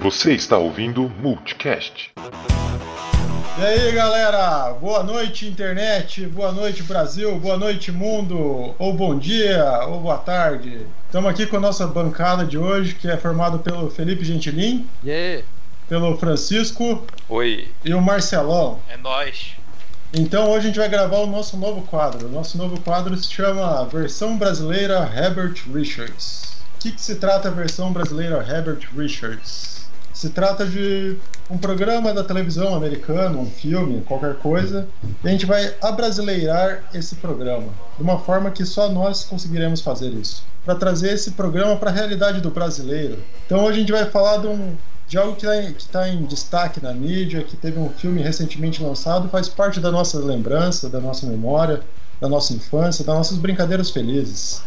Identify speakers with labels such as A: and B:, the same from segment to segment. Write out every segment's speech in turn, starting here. A: Você está ouvindo Multicast.
B: E aí galera, boa noite internet, boa noite Brasil, boa noite mundo, ou bom dia, ou boa tarde. Estamos aqui com a nossa bancada de hoje, que é formada pelo Felipe Gentilin,
C: E aí?
B: pelo Francisco
C: Oi.
B: e o Marcelão.
C: É nóis.
B: Então hoje a gente vai gravar o nosso novo quadro. O nosso novo quadro se chama Versão Brasileira Herbert Richards. O que, que se trata a versão brasileira Herbert Richards? Se trata de um programa da televisão americana, um filme, qualquer coisa, e a gente vai abrasileirar esse programa de uma forma que só nós conseguiremos fazer isso, para trazer esse programa para a realidade do brasileiro. Então hoje a gente vai falar de um de algo que está em destaque na mídia, que teve um filme recentemente lançado, faz parte da nossa lembrança, da nossa memória, da nossa infância, das nossas brincadeiras felizes,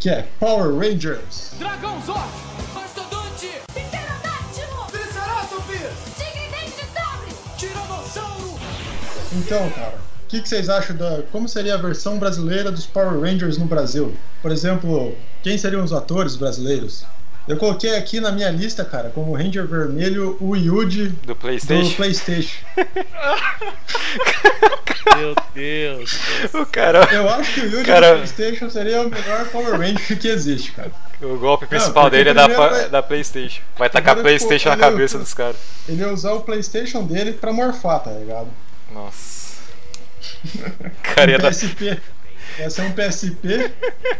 B: que é Power Rangers.
D: Mastodonte!
E: Pterodátilo!
D: Triceratops!
E: Tigre dente de sabre!
D: Tiranossauro!
B: Então, cara, o que, que vocês acham da como seria a versão brasileira dos Power Rangers no Brasil? Por exemplo, quem seriam os atores brasileiros? Eu coloquei aqui na minha lista, cara, como Ranger Vermelho, o Yuji
C: Do
B: do
C: Playstation?
B: PlayStation.
F: Meu Deus.
C: O cara...
B: Eu acho que o Yuji
C: Cara-
B: do PlayStation seria o melhor Power Ranger que existe, cara.
C: O golpe
B: Não,
C: principal
B: porque
C: dele é da,
B: primeiro
C: pa-
B: vai-
C: da Playstation. Vai tacar a
B: Primeiro, pô,
C: Playstation na
B: olha,
C: cabeça
B: eu-
C: dos caras.
B: Ele ia usar o PlayStation dele pra morfar, tá ligado? Um
C: Nossa. O cara ia dar...
B: PSP. Ia ser um PSP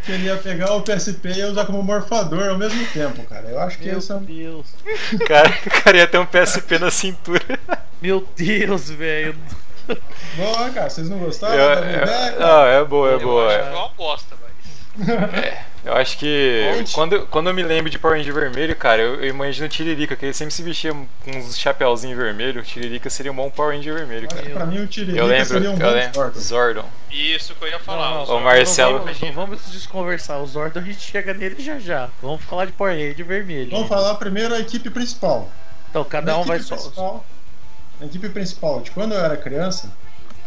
B: que ele ia pegar o PSP e ia usar como morfador ao mesmo tempo, cara. Eu acho que
F: Meu
B: isso é um-
F: Deus.
C: o cara, o cara ia ter um PSP na cintura.
F: Meu Deus, velho.
B: Boa, cara. Vocês Ah, não gostaram?
C: Eu-
B: da minha
C: eu-
B: ideia, cara?
C: não, é boa, é boa.
F: acho
C: é. Eu acho que
B: Onde?
C: quando, quando eu me lembro de Power Ranger vermelho, cara, eu, eu imagino o Tiririca, que ele sempre se vestia com uns chapéuzinho vermelho. O Tiririca seria um bom Power Ranger vermelho,
B: Acho
C: cara.
B: que pra mim o Tiririca
C: Eu lembro,
B: seria um
C: eu
B: bom
C: lembro.
B: Zordon.
C: Zordon.
G: Isso que eu ia falar.
F: Não,
G: o
C: Ô,
G: Zordon.
C: Marcelo.
F: Não vamos, não vamos desconversar. O Zordon a gente chega nele já já. Vamos falar de Power Ranger vermelho.
B: Vamos falar primeiro a equipe principal.
F: Então, cada
B: Na
F: um vai
B: equipe
F: só.
B: principal- Na equipe principal, de quando eu era criança,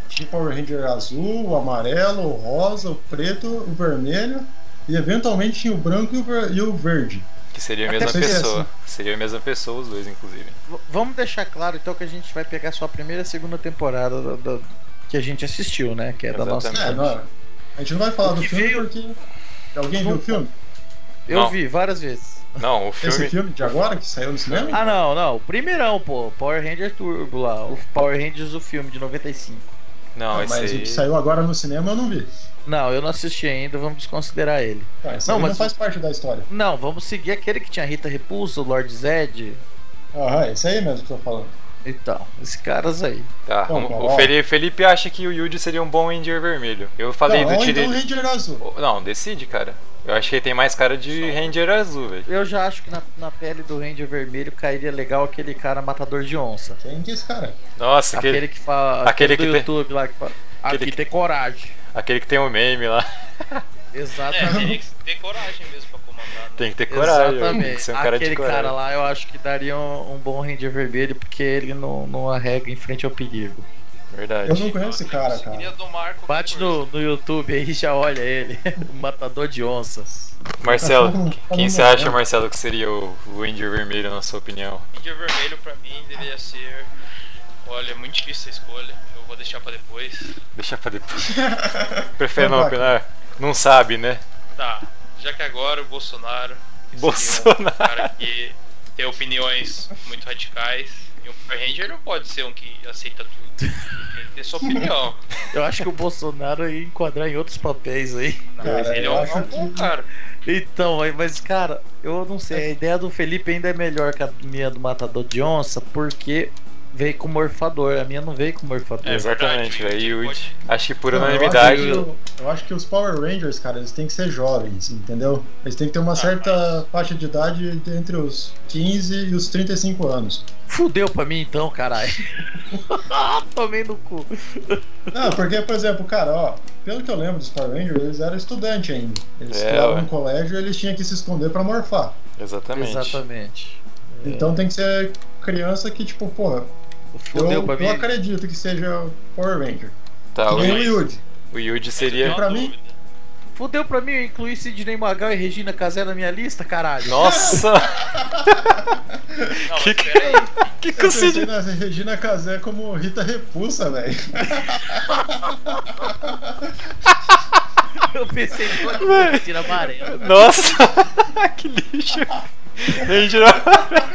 B: tinha o Power Ranger azul, o amarelo, o rosa, o preto, o vermelho e eventualmente tinha o branco e o ver- e o verde.
C: Que seria a
F: Até
C: mesma
B: pensei
C: pessoa. Seria a mesma pessoa, os dois, inclusive.
F: V- Vamos deixar claro, então, que a gente vai pegar só a primeira e a segunda temporada da- da- que a gente assistiu, né? Que é da nossa.
C: Exatamente.
B: É, não, a gente não vai falar
F: O
B: do
F: que
B: filme
F: veio-
B: porque. Alguém viu o filme?
F: Eu
C: Não.
F: vi várias vezes.
C: Não, o
B: Esse
C: filme.
B: filme de agora que saiu no cinema?
F: Ah, não, não. O primeirão, pô. Power Ranger Turbo lá. O Power Rangers, o filme de 95.
C: Não,
B: Ah,
C: esse
B: mas o que
C: aí.
B: saiu agora no cinema eu não vi.
F: Não, eu não assisti ainda, vamos desconsiderar ele.
B: Tá, isso
F: Não,
B: aí não
F: mas-
B: faz parte da história.
F: Não, vamos seguir aquele que tinha Rita Repulsa, o Lord Zed
B: Aham, isso aí mesmo que eu tô falando.
F: e tal. Esses caras aí.
C: Tá.
B: Não,
C: o-
B: ó.
C: o Felipe, Felipe acha que o Yuji seria um bom Ranger vermelho. Eu falei
B: não,
C: do
B: ou então o
C: Tiririca.
B: Ranger Azul.
C: Não, decide, cara. Eu acho que ele tem mais cara de Ranger azul, velho.
F: Eu já acho que na, na pele do Ranger Vermelho cairia legal aquele cara matador de onça.
B: Quem que é esse cara?
C: Nossa,
F: Aquele,
C: aquele...
F: que fala.
C: aquele
F: do
C: que tem-
F: YouTube lá que fala.
C: aquele
F: Aqui
C: que-
F: tem coragem.
C: aquele que tem o meme lá.
G: É,
F: Exatamente.
G: teria que ter coragem mesmo pra comandar. né?
C: Tem que ter coragem. Tem que
F: Exatamente.
C: ser um cara
F: aquele
C: de coragem.
F: cara lá eu acho que daria um, um bom Ranger Vermelho porque ele não, não arrega em frente ao perigo.
C: Verdade.
B: Eu não conheço esse cara,
G: Conseguiria
B: cara.
G: domar qualquer
F: Bate
G: coisa.
F: no, no YouTube aí e já olha ele. um matador de onças.
B: Tá
C: Marcelo,
B: falando- tá falando
C: quem você acha,
B: mesmo.
C: Marcelo, que seria o o Ranger vermelho, na sua opinião?
G: Ranger vermelho pra mim deveria ser. Olha, é muito difícil a escolha. Eu vou deixar pra depois.
C: Deixa pra depois. Prefere não
B: Vai.
C: opinar? Não sabe, né?
G: Tá, já que agora o Bolsonaro. que seria
C: Bolsonaro.
G: Um cara que tem opiniões muito radicais. E um Power Ranger não pode ser um que aceita tudo. Tem que ter sua opinião.
F: Eu acho que o Bolsonaro ia enquadrar em outros papéis aí.
G: Não,
B: Cara,
G: mas ele é
B: eu
G: um,
B: acho
G: é um bom
B: que-
G: cara.
F: Então, mas- mas cara, eu não sei. A ideia do Felipe ainda é melhor que a minha do Matador de Onça, porque veio com morfador. A minha não veio com morfador.
G: É,
C: Exatamente,
G: verdade,
C: velho.
G: o Yuji
C: Yuji. Acho que por
B: Não, eu acho
C: unanimidade.
B: que o- Eu acho que os Power Rangers, cara, eles têm que ser jovens, entendeu? Eles têm que ter uma certa faixa de idade entre os 15 e os 35 anos.
F: Fudeu pra mim então, caralho. Tomei no cu.
B: Não, porque, por exemplo, cara, ó, pelo que eu lembro dos Power Rangers, eles eram estudante ainda. Eles
C: É,
B: estudavam
C: ué.
B: no colégio e eles tinham que se esconder pra morfar.
C: Exatamente.
F: Exatamente.
C: É.
B: Então tem que ser criança que, tipo, porra, eu,
F: Fudeu
B: eu
F: pra mim.
B: acredito que seja Power Ranger.
C: Tá,
B: Que
C: o,
B: nem o
C: Yu-
B: Yuji.
C: o Yuji seria.
B: Não. pra mim-
F: Fudeu pra mim eu incluí Sidney Magal e Regina Casé na minha lista, caralho.
C: Nossa!
G: Não,
C: Que
G: mas é
C: que-
G: peraí.
C: Que
B: Eu pensei
C: consigo.
B: na Regina Casé como Rita Repulsa, velho.
F: Eu pensei em duas
C: Véi.
F: coisas, tira amarelo.
C: Nossa, que lixo. Ranger amarelo.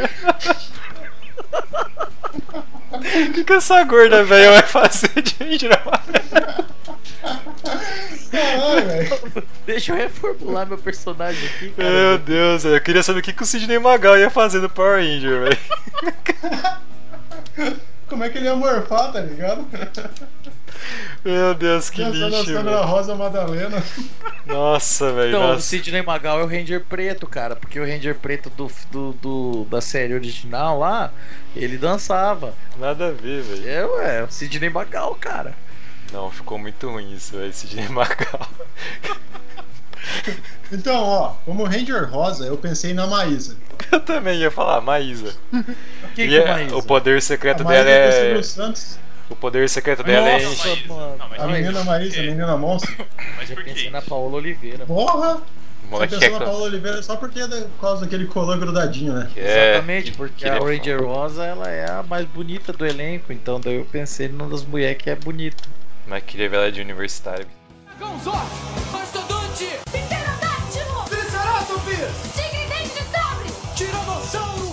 C: O que, que essa gorda velha vai fazer de Ranger amarelo?
B: Caralho, velho.
F: Deixa eu reformular meu personagem aqui, cara.
C: Meu Deus, eu queria saber o que, que o Sidney Magal ia fazer no Power Ranger, velho.
B: Como é que ele ia morfar, tá ligado?
C: Meu Deus, que
B: Dançando
C: lixo.
B: as câmeras
C: velho.
B: Rosa Madalena.
C: Nossa, velho.
F: Então, o
C: nossa.
F: Sidney Magal é o Ranger Preto, cara, porque o Ranger Preto do, do, do- da série original lá, ele dançava.
C: Nada a ver, velho.
F: É, ué, o Sidney Magal, cara.
C: Não, ficou muito ruim isso, velho. Sidney Magal.
B: Então, ó, como Ranger Rosa, eu pensei na Maísa.
C: Eu também ia falar, Maísa.
F: Que
C: E
F: que
C: é-
F: Maísa?
C: O poder secreto
B: A
C: dela
B: Maísa é...
C: é.
B: Silvio Santos.
C: O poder secreto dela é.
G: Não,
F: Nossa,
G: mas-
F: mano.
G: não, mas
B: A
F: Olha aí.
B: menina né? Maísa, a menina monstro.
G: Mas
F: Eu
G: por
F: pensei
G: quê?
F: na Paola Oliveira.
B: Porra! Você
C: Moleque
B: pensou na
C: é.
B: Paula Oliveira só porque é da- por causa daquele colã grudadinho, né?
C: É,
F: Exatamente,
C: que-
F: porque
C: que
F: a
C: ele é
F: Ranger Rosa ela é a mais bonita do elenco, então daí eu pensei numa das mulheres que é bonita.
C: foda. Mas que level é de universitário.
D: Dragão Zord, Mastodonte,
E: Pterodátilo!
D: Triceratops,
E: Tridente de sabre!
D: Tiranossauro,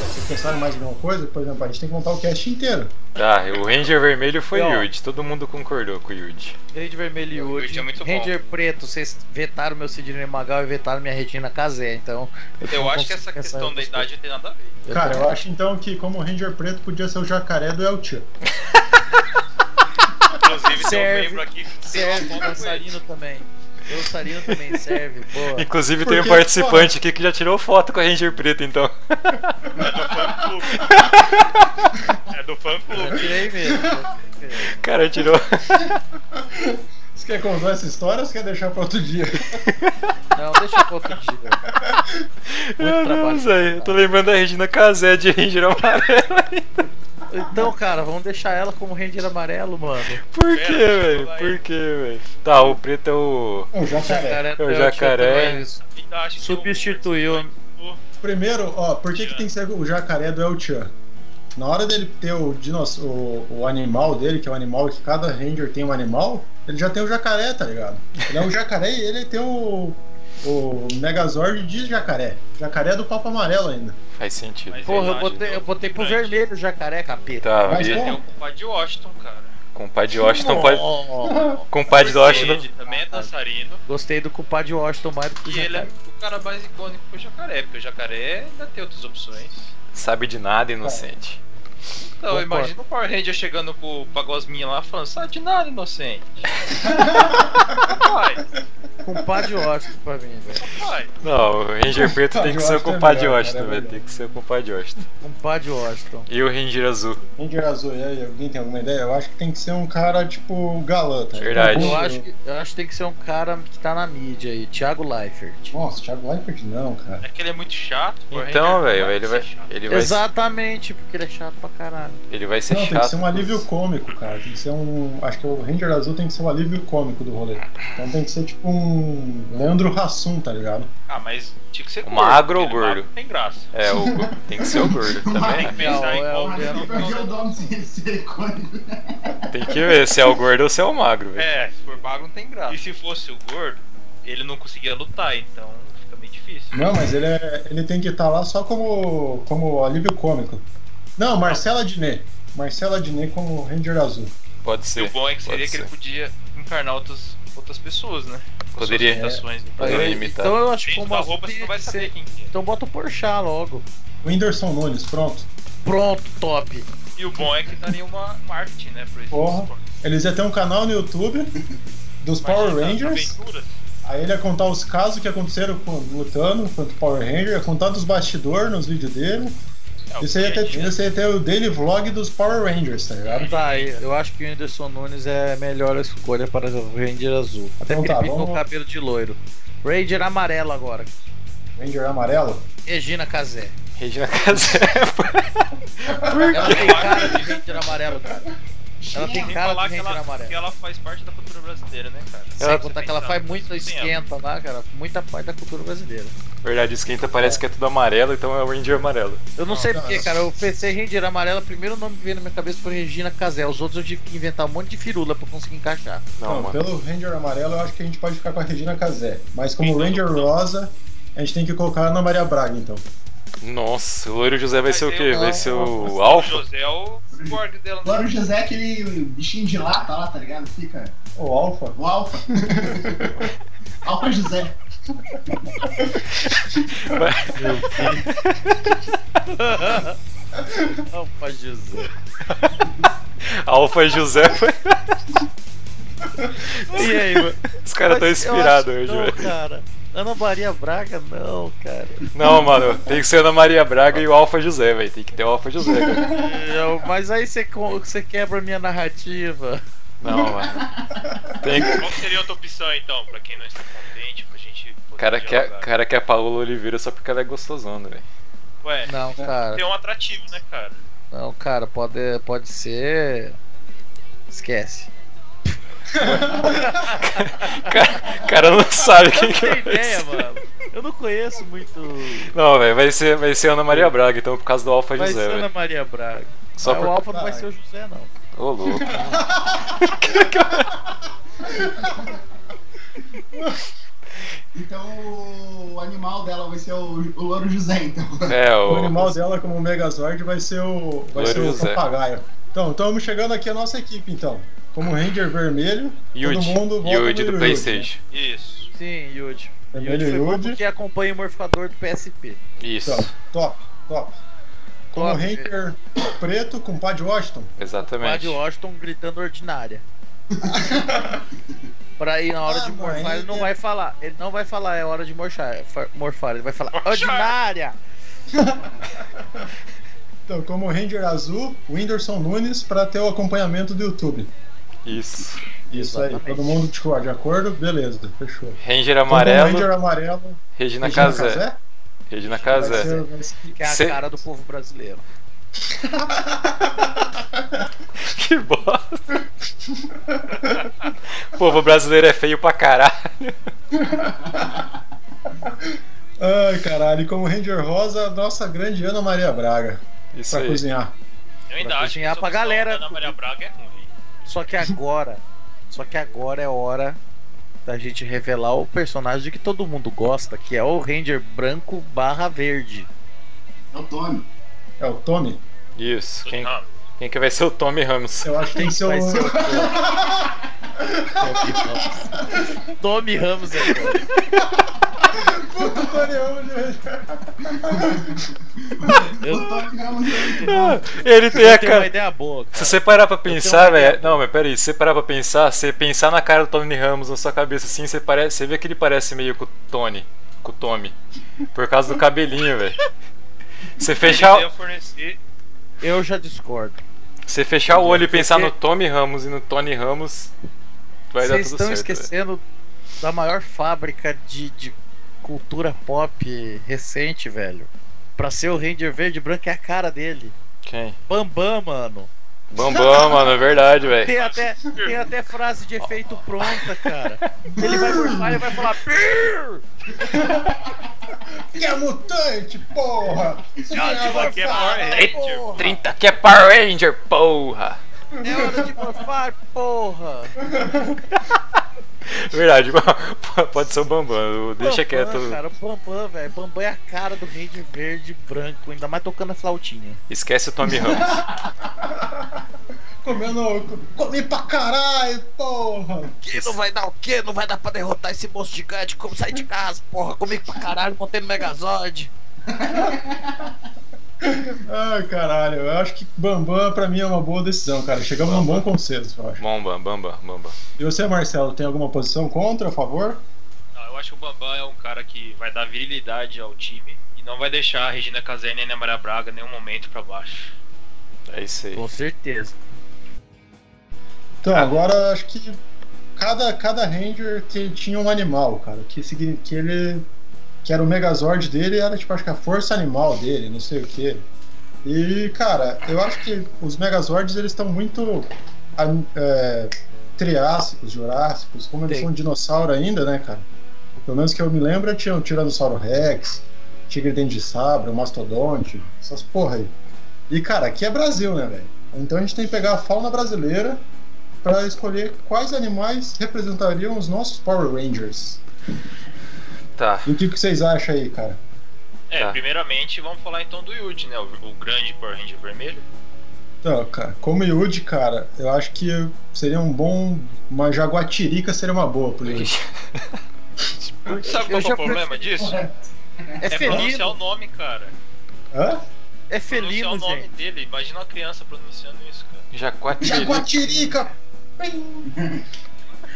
B: Vocês pensaram em mais alguma coisa? Por exemplo, a gente tem que montar o cast inteiro.
C: Tá, o Ranger vermelho foi
F: Ó.
C: Yud. Todo mundo concordou com o Yud.
F: Ranger vermelho e
G: O
F: Wood.
G: Wood é muito bom.
F: Ranger preto, vocês vetaram meu Sidney Magal e vetaram minha Regina Casé, então.
G: Eu
F: não
G: acho que
F: consigo
G: essa
F: pensar em
G: questão da
F: outras
G: idade não tem nada a ver.
F: coisas.
B: Cara, eu acho então que como o Ranger Preto podia ser o jacaré do El Tio.
G: Inclusive, tem um
F: Serve.
G: membro aqui que tem
F: Serve,
G: uma foto com ele.
F: é dançarino também. Dançarino também serve, boa.
C: Inclusive
B: Por
C: tem um
B: que
F: é
C: participante aqui que já tirou foto com a Ranger preta, então.
G: É do fã clube. É do fã
F: Já
G: clube.
F: tirei mesmo. já tirei mesmo.
C: O cara tirou.
B: Você quer contar essa história ou você quer deixar pra outro dia?
F: Não, deixa pra outro dia.
C: Meu
F: trabalho.
C: Deus, aí. Eu tô lembrando da Regina Casé de Ranger amarelo ainda.
F: Então, cara, vamos deixar ela como Ranger amarelo, mano.
C: Por
G: Pera,
C: quê,
G: deixa eu
C: velho?
G: falar
C: Por
G: aí.
C: quê, velho? Tá, o preto é o.
B: O jacaré.
F: Jacaré,
C: É o
F: eu
C: jacaré.
F: tinha isso.
G: Ainda Então, acho que é um
F: Substituiu.
G: o-
B: Primeiro, ó, por que, que tem que ser o jacaré do El Tio? Na hora dele ter o, dinoss... o, o animal dele, que é o animal que cada Ranger tem um animal, ele já tem o jacaré, tá ligado? Ele é um jacaré e ele tem o, o Megazord de jacaré. Jacaré do Papo Amarelo ainda.
C: Faz sentido.
G: Mas-
F: Porra, eu
G: Verdade,
F: botei, eu
G: não.
F: botei pro
G: Grande.
F: vermelho o jacaré, capeta.
C: Tá,
B: Mas
C: e-
G: Tem
B: como?
G: o compadre de Washington, cara.
C: com o pai de Washington pode.
F: Oh,
C: Com o pai de
G: Ele
C: Washington.
G: também é dançarino.
F: Gostei do culpado de Washington mais do que o
G: E ele é
F: jacaré.
G: o cara mais icônico pro jacaré, porque o jacaré ainda tem outras opções.
C: Sabe de nada, inocente.
G: Então,
F: Concordo.
G: imagina o Power Ranger chegando pro pra Gosminha lá falando, sai de nada, inocente. Vai,
F: Culpado de Washington pra mim, velho.
G: vai.
C: Não, o Ranger preto tem que ser o
B: Washington é
C: compadre de
B: melhor,
C: Washington,
B: cara, é
C: velho.
B: melhor.
C: Tem que ser o compadre de Washington.
F: Culpado de Washington.
C: E o Ranger azul.
B: Ranger Um azul, e aí, alguém tem alguma ideia? Eu acho que tem que ser um cara, tipo, galã, tá ligado?
C: Verdade.
F: Eu acho, que, eu acho que tem que ser um cara que tá na mídia aí, Thiago Leifert.
B: Nossa, Thiago Leifert não, cara.
G: É que ele é muito chato. o Power
C: Então,
G: Ranger
C: velho,
G: vai
C: ele
G: ser
C: vai,
G: chato.
C: ele vai,
F: Exatamente, porque ele é chato pra caralho.
C: ele vai ser
B: Não, tem que
C: chato.
B: ser um alívio cômico, cara. Tem que ser um. Acho que o Ranger Azul tem que ser um alívio cômico do rolê. Então tem que ser tipo um Leandro Hassum, tá ligado?
G: Ah, mas tinha que ser gordo.
C: Magro ou
G: porque ele é
C: gordo?
G: magro, Tem graça.
C: É, o, go- tem que ser o gordo
G: Tem que
C: também. né?
G: pensar em
F: Não, é
G: qual
F: o
G: que é
F: Leandro.
G: o nome.
C: Tem que ver se é o gordo ou se é o magro, velho.
G: É, se for magro não tem graça. E se fosse o gordo, ele não conseguia lutar, então fica meio difícil.
B: Não, mas ele, é- ele tem que estar lá só como, como alívio cômico. Não, Marcela Diné. Marcela Diné como Ranger Azul.
C: Pode
G: E
C: ser.
G: o bom é que seria
C: pode
G: que ele
C: ser.
G: podia encarnar outras, outras pessoas, né? Com
C: Poderia.
G: suas limitações.
B: É.
C: Poderia
F: Aí,
C: imitar.
F: então eu acho que
G: Dentro
F: como
G: da roupa você não vai saber quem que é.
F: Então bota o Porchat logo.
B: O Whindersson Nunes, pronto.
F: Pronto, top.
G: é. E o bom é que daria uma marketing, né? Pra esse
B: Porra.
G: esporte.
B: Eles iam ter um canal no YouTube dos
G: Imagina, tá
B: Power Rangers.
G: aventuras.
B: Aí ele ia contar os casos que aconteceram com, lutando contra o Power Ranger, ia contar dos bastidores nos vídeos dele.
G: É, o
B: Isso aí ia
G: dia a
B: ter,
G: dia.
B: isso aí ia ter o daily vlog dos Power Rangers, tá ligado?
F: Tá, eu acho que o Anderson Nunes é a melhor escolha para o Ranger azul. Até
B: Então
F: porque
B: tá,
F: ele pintou
B: vamos-
F: o cabelo de loiro. Ranger amarelo agora.
B: Ranger amarelo?
F: Regina Casé.
C: Regina Casé.
F: Ela tem cara de Ranger amarelo, cara. Ela tem
G: Sem
F: cara de
G: falar que
F: Ranger
G: ela,
F: amarelo.
G: que ela faz parte da cultura brasileira, né, cara?
F: Sem contar que ela
G: Pensar,
F: faz muito
G: isso tem
F: esquenta lá, cara. Muita parte da cultura brasileira.
C: Verdade, esquenta parece que é tudo amarelo, então é o Ranger amarelo.
F: Eu não sei porque, cara. Eu pensei em Ranger Amarela, o primeiro nome que veio na minha cabeça foi Regina Casé. Os outros eu tive que inventar um monte de firula pra conseguir encaixar.
C: Não,
B: Não,
C: mano.
B: pelo Ranger amarelo, eu acho que a gente pode ficar com a Regina Casé. Mas como
G: Então,
B: Ranger
G: não.
B: rosa, a gente tem que colocar a Ana Maria Braga, então.
C: Nossa, o loiro José vai
G: Mas
C: ser o
G: eu
C: quê?
G: não-
C: Vai ser o
G: O
C: Alpha?
G: um José é o Borg dela, né?
H: Agora o José é aquele bichinho de lata lá, tá ligado? Fica.
B: O Alfa.
H: O Alfa. Alfa José.
F: Opa, Jesus.
C: Alpha e José.
F: E aí, mano?
C: Os caras tão
F: Mas eu
C: inspirados tá
F: acho-
C: hoje,
F: não,
C: velho.
F: cara. Ana Maria Braga, não, cara.
C: Não, mano, tem que ser Ana Maria Braga e o Alpha José, velho. Tem que ter o Alpha José, cara.
F: Eu- mas aí você, co- você quebra a minha narrativa.
C: Não, mano. Tem
G: Qual seria a outra opção, então, pra quem não está contente, pra gente poder
C: cara que é,
G: dialogar?
C: cara que é a Paola Oliveira só porque ela é gostosona, velho.
G: Ué,
F: Não, cara.
G: tem um atrativo, né, cara?
F: Não, cara, pode, pode ser. Esquece.
C: Cara, cara não sabe quem que
F: Tem
C: vai
F: ideia,
C: ser.
F: mano. Eu não conheço muito.
C: Não, velho, vai ser, vai ser Ana Maria Braga, então, por causa do Alpha
F: Vai
C: José,
F: ser Ana
C: velho.
F: Maria Braga.
C: Só
F: Mas
C: por-
F: O Alfa não vai
B: Vai.
F: ser o José, não.
C: Ô, louco.
H: Então o animal dela vai ser o, o Louro José, então.
C: É,
B: O animal
C: o.
B: dela, como o Megazord, vai ser o, vai
C: Loiro
B: ser o
C: José.
B: papagaio. Então, estamos chegando aqui a nossa equipe, então. Como Ranger vermelho, todo
C: Yuji.
B: mundo volta no
C: Yuji
B: Yuji,
C: do
B: né? É
C: PlayStation.
G: Isso.
F: Sim, Yud.
B: Vermelho
F: foi bom
B: Yud.
F: porque é acompanha o morfador do PSP.
C: Isso,
B: Então, top, top. Como
F: Top,
B: Ranger preto com Pad Washington.
C: exatamente.
F: Padre Washington gritando ordinária. pra ir na hora
B: Ah,
F: de morfar,
B: mãe,
F: ele não
B: é-
F: vai falar. Ele não vai falar, é hora de morfar. fa- morfar ele vai falar
G: Morfar.
F: ordinária!
B: Então, como Ranger azul, Whindersson Nunes para ter o acompanhamento do YouTube.
C: Isso.
B: Isso aí,
F: Exatamente.
B: todo mundo tipo, de acordo? Beleza, fechou. Então,
C: Ranger
B: como Ranger
C: amarelo,
B: amarelo,
C: Regina
B: Regina
C: Casé.
B: Casé?
C: Regina
B: Vai
C: Casé.
B: ser- vai ser-
F: Que é a
C: Cê-
F: cara do povo brasileiro.
C: Que bosta. O povo brasileiro é feio pra caralho.
B: Ai, caralho, e como Ranger rosa, nossa grande Ana Maria Braga.
C: Isso
B: Pra
C: aí.
B: cozinhar.
G: Eu ainda
F: Pra
G: acho que
F: cozinhar
G: essa
F: pra
G: opção
F: galera.
G: da Ana Maria Braga é ruim.
F: Só que agora. só que agora é hora da gente revelar o personagem que todo mundo gosta, que é o Ranger branco barra verde.
H: É o Tony.
B: É o Tommy?
C: Isso. Quem,
G: Ah,
C: quem que vai ser o Tommy Ramos?
B: Eu acho que tem que ser
F: Vai
B: o.
F: ser o Tommy Ramos. Tommy Ramos é bom.
B: Puta, Tony Ramos, velho.
H: O Tony Ramos é muito
C: Ah,
H: bom.
C: Ele tem a
F: Eu tenho uma
C: cara.
F: ideia boa, cara.
C: Se você parar pra pensar,
F: uma ideia
C: velho. Não, mas peraí. Se você parar pra pensar, você pensar na cara do Tony Ramos na sua cabeça assim, você, parece, você vê que ele parece meio com o Tony. Com o Tommy. Por causa do cabelinho, velho. Você
G: ele ia
C: fechar,
G: fornecer
F: Eu já discordo.
C: você fechar o olho e pensar no
F: Porque-
C: Tommy Ramos e no Tony Ramos, vai dar
F: Vocês
C: tudo
F: estão
C: certo. velho.
F: esquecendo da maior fábrica de, de cultura pop recente, velho. Pra ser o Ranger Verde e Branco é a cara dele.
C: Quem?
F: Bambam, mano.
C: Bambam, mano, é verdade, velho.
F: Tem até, tem até frase de efeito pronta, cara. Ele vai burlar e vai falar. "Brrr!"
B: Que é mutante, porra! Isso
G: de
B: que
G: qualquer Power Ranger.
C: 30 que é Power Ranger, porra!
F: É hora de morfar, porra!
C: Verdade, pode ser o Bambam, o deixa
F: Bambam,
C: quieto.
F: Cara, o Bambam, velho. Bambam é a cara do Ranger Verde e Branco, ainda mais tocando a flautinha.
C: Esquece o Tommy Ramos.
B: Comendo. Comi pra caralho, porra!
F: Que não vai dar o quê? Não vai dar pra derrotar esse monstro gigante como sair de casa, porra, comigo pra caralho, montei no Megazord.
B: Ai, caralho, eu acho que Bambam pra mim é uma boa decisão, cara. Chegamos num bom consenso, eu acho.
C: Bomba, bamba, bamba.
B: E você, Marcelo, tem alguma posição contra, a favor?
G: Não, eu acho que o Bambam é um cara que vai dar virilidade ao time e não vai deixar a Regina Casé nem a Ana Maria Braga nenhum momento pra baixo.
C: É isso aí.
F: Com certeza.
B: Então, agora acho que cada, cada Ranger te- tinha um animal, cara. Que, signi- que ele. Que era o Megazord dele, era tipo, acho que a força animal dele, não sei o quê. E, cara, eu acho que os Megazords eles estão muito a- é, Triássicos, Jurássicos, como eles
F: Tem.
B: são um dinossauro ainda, né, cara? Pelo menos que eu me lembro, tinha o Tiranossauro Rex, Tigre Dente de Sabre, o Mastodonte, essas porra aí. E, cara, aqui é Brasil, né, velho? Então a gente tem que pegar a fauna brasileira pra escolher quais animais representariam os nossos Power Rangers.
C: Tá.
B: E o que, que vocês acham aí, cara?
G: É,
C: Tá.
G: primeiramente vamos falar então do Yuji, né? O, o grande Power Ranger vermelho.
B: Então, cara, como Yud, cara, eu acho que seria um bom. Uma jaguatirica seria uma boa pro Yud.
F: eu
G: Sabe qual que é
F: já
G: o problema disso?
F: É
G: É pronunciar o
F: felino,
G: nome, cara.
B: Hã?
F: é
G: pronunciar
F: felino,
G: o nome
F: gente.
G: dele. Imagina uma criança pronunciando isso, cara.
C: Jaguatirica.
B: Jaguatirica! Pim!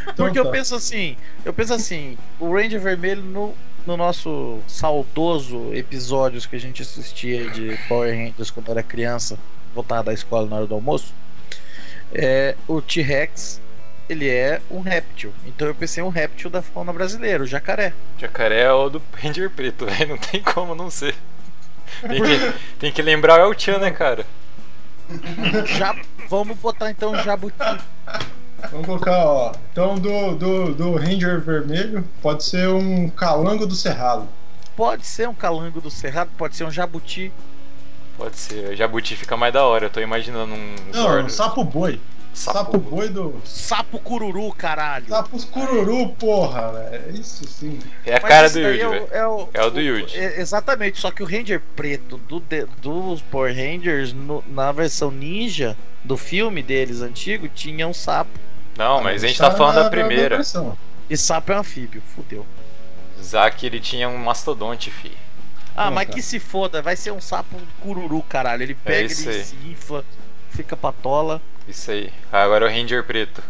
B: Então
F: Porque eu
B: tá.
F: penso assim, eu penso assim, o Ranger Vermelho no, no nosso saudoso episódios que a gente assistia de Power Rangers quando era criança, voltava da escola na hora do almoço, é, o T-Rex, ele é um réptil. Então eu pensei um réptil da fauna brasileira, o jacaré.
C: Jacaré é o do Ranger Preto, velho. Não tem como não ser. Tem que, tem que lembrar o El Chan, né, cara?
F: Já, vamos botar então o jabuti.
B: Vamos colocar, ó. Então, do, do, do Ranger Vermelho, pode ser um calango do Cerrado.
F: Pode ser um calango do cerrado, pode ser um jabuti.
C: Pode ser. Jabuti fica mais da hora. Eu tô imaginando um.
B: Não,
C: gordo-
B: um sapo boi. Sapo,
C: boi.
B: boi do.
F: Sapo cururu, caralho.
B: Sapos cururu, porra, velho. É Isso sim.
C: É a
F: Mas
C: cara
F: isso
C: do
F: daí
C: Yuji,
F: é o-
C: velho.
F: É o,
C: É o do Yuji.
F: é- exatamente, só que o Ranger preto do, de- dos Power Rangers, no- na versão ninja do filme deles antigo, tinha um sapo.
B: Ah,
C: Não, mas a gente tá falando da primeira.
B: versão.
F: E sapo é anfíbio, fudeu.
C: Zack, ele tinha um mastodonte, fi.
F: Ah,
B: Não,
F: mas
B: cara.
F: que se foda, vai ser um sapo cururu, caralho. Ele pega,
C: É isso
F: ele
C: aí.
F: se infla, fica patola,
C: Isso aí. Ah, agora é o Ranger Preto.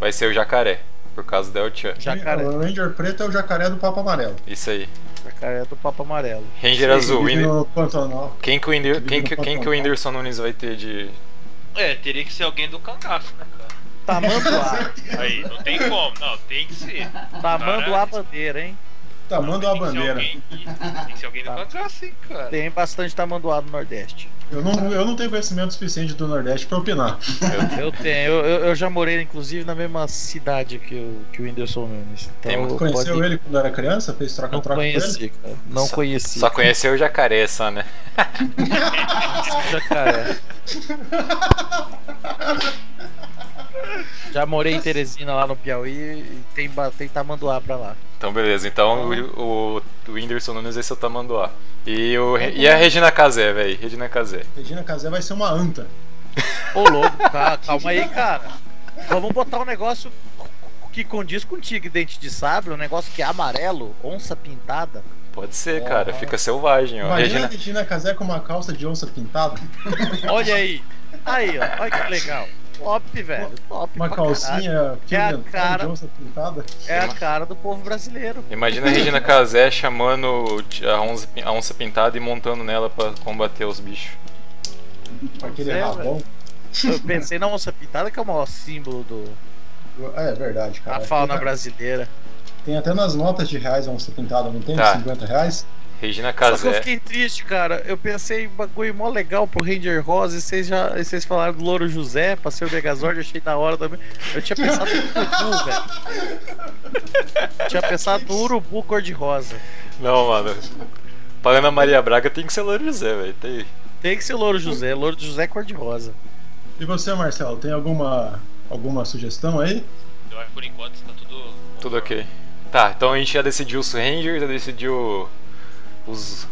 C: Vai ser o jacaré. Por causa do El Chan.
F: jacaré,
B: O Ranger preto é o jacaré do Papo Amarelo.
C: Isso aí.
F: jacaré é do papo amarelo.
C: Ranger é Azul. né?
B: Vive
C: Whinder-
B: no Pantanal.
C: Quem que o, Whinder-
B: Vive
C: quem
B: no
C: que- quem que o
B: Pantanal.
C: Whindersson Nunes vai ter de.
G: É, teria que ser alguém do cangaço, né, cara?
F: Tamanduá,
G: Aí, não tem como. Não, tem que ser.
F: tamanduá bandeira, hein?
B: Tá, manda
G: Tem
B: uma
F: é
G: que ser
B: bandeira.
G: alguém que- Tem que ser alguém do
F: Tá.
G: cangaço, hein, cara.
F: Tem bastante tamanduá no Nordeste.
B: Eu não, eu não tenho conhecimento suficiente do Nordeste pra opinar.
F: Eu tenho, eu, eu- eu já morei inclusive na mesma cidade que o, que o Whindersson Nunes. Então,
C: Tem-
F: eu-
B: um Conheceu
F: pode-
B: ele quando era criança? Fez
F: Não
B: troca-troca com ele?
F: conheci, cara. Não
C: Só-
F: conheci.
C: Só conheceu o jacaré, só, né?
F: Jacaré. Já morei em Teresina lá no Piauí e tem, ba- tem tamanduá pra lá.
C: Então, beleza. Então, o, o, o Whindersson Nunes vai ser o Tamanduá. E, o, e a Regina Casé, velho. Regina Casé.
B: Regina Casé vai ser uma anta.
F: Ô louco, ca- calma aí, cara. Vamos botar um negócio que condiz com tigre dente de sabre, um negócio que é amarelo, onça pintada.
C: Pode ser, cara. Fica selvagem, ó.
B: Imagina a
C: Regina,
B: Regina Casé com uma calça de onça pintada,
F: Olha aí. Aí, ó. Olha que legal. Top, velho. Top.
B: uma
F: pra
B: calcinha
F: É a
B: pimentão de
F: cara.
B: onça pintada.
F: caralho. É a cara do povo brasileiro.
C: imagina a Regina Casé chamando a onça, a onça pintada e montando nela pra combater os bichos.
B: Com aquele
F: é,
B: rabão.
F: Eu pensei na onça pintada, que é o maior símbolo do,
B: É verdade,
F: da
B: cara. né?
F: fauna
B: tem,
F: brasileira.
B: tem até nas notas de reais a onça pintada, não tem? De
C: Tá.
B: 50 reais?
C: Regina
F: Só que eu
C: Casé.
F: fiquei triste, cara. Eu pensei em bagulho mó legal pro Ranger Rosa e vocês já e vocês falaram do Louro José, passei o Megazord, achei da hora também. Eu tinha pensado no Urubu, velho. Eu tinha pensado no Urubu cor-de-rosa.
C: Não, mano. Pra Ana Maria Braga tem que ser Louro José, velho. Tem-
F: Tem que ser Louro José, Louro José é cor-de-rosa.
B: E você, Marcelo, tem alguma, alguma sugestão aí?
G: Eu acho que por enquanto tá tudo.
C: Tudo ok. Tá, então a gente já decidiu os Rangers, já decidiu os.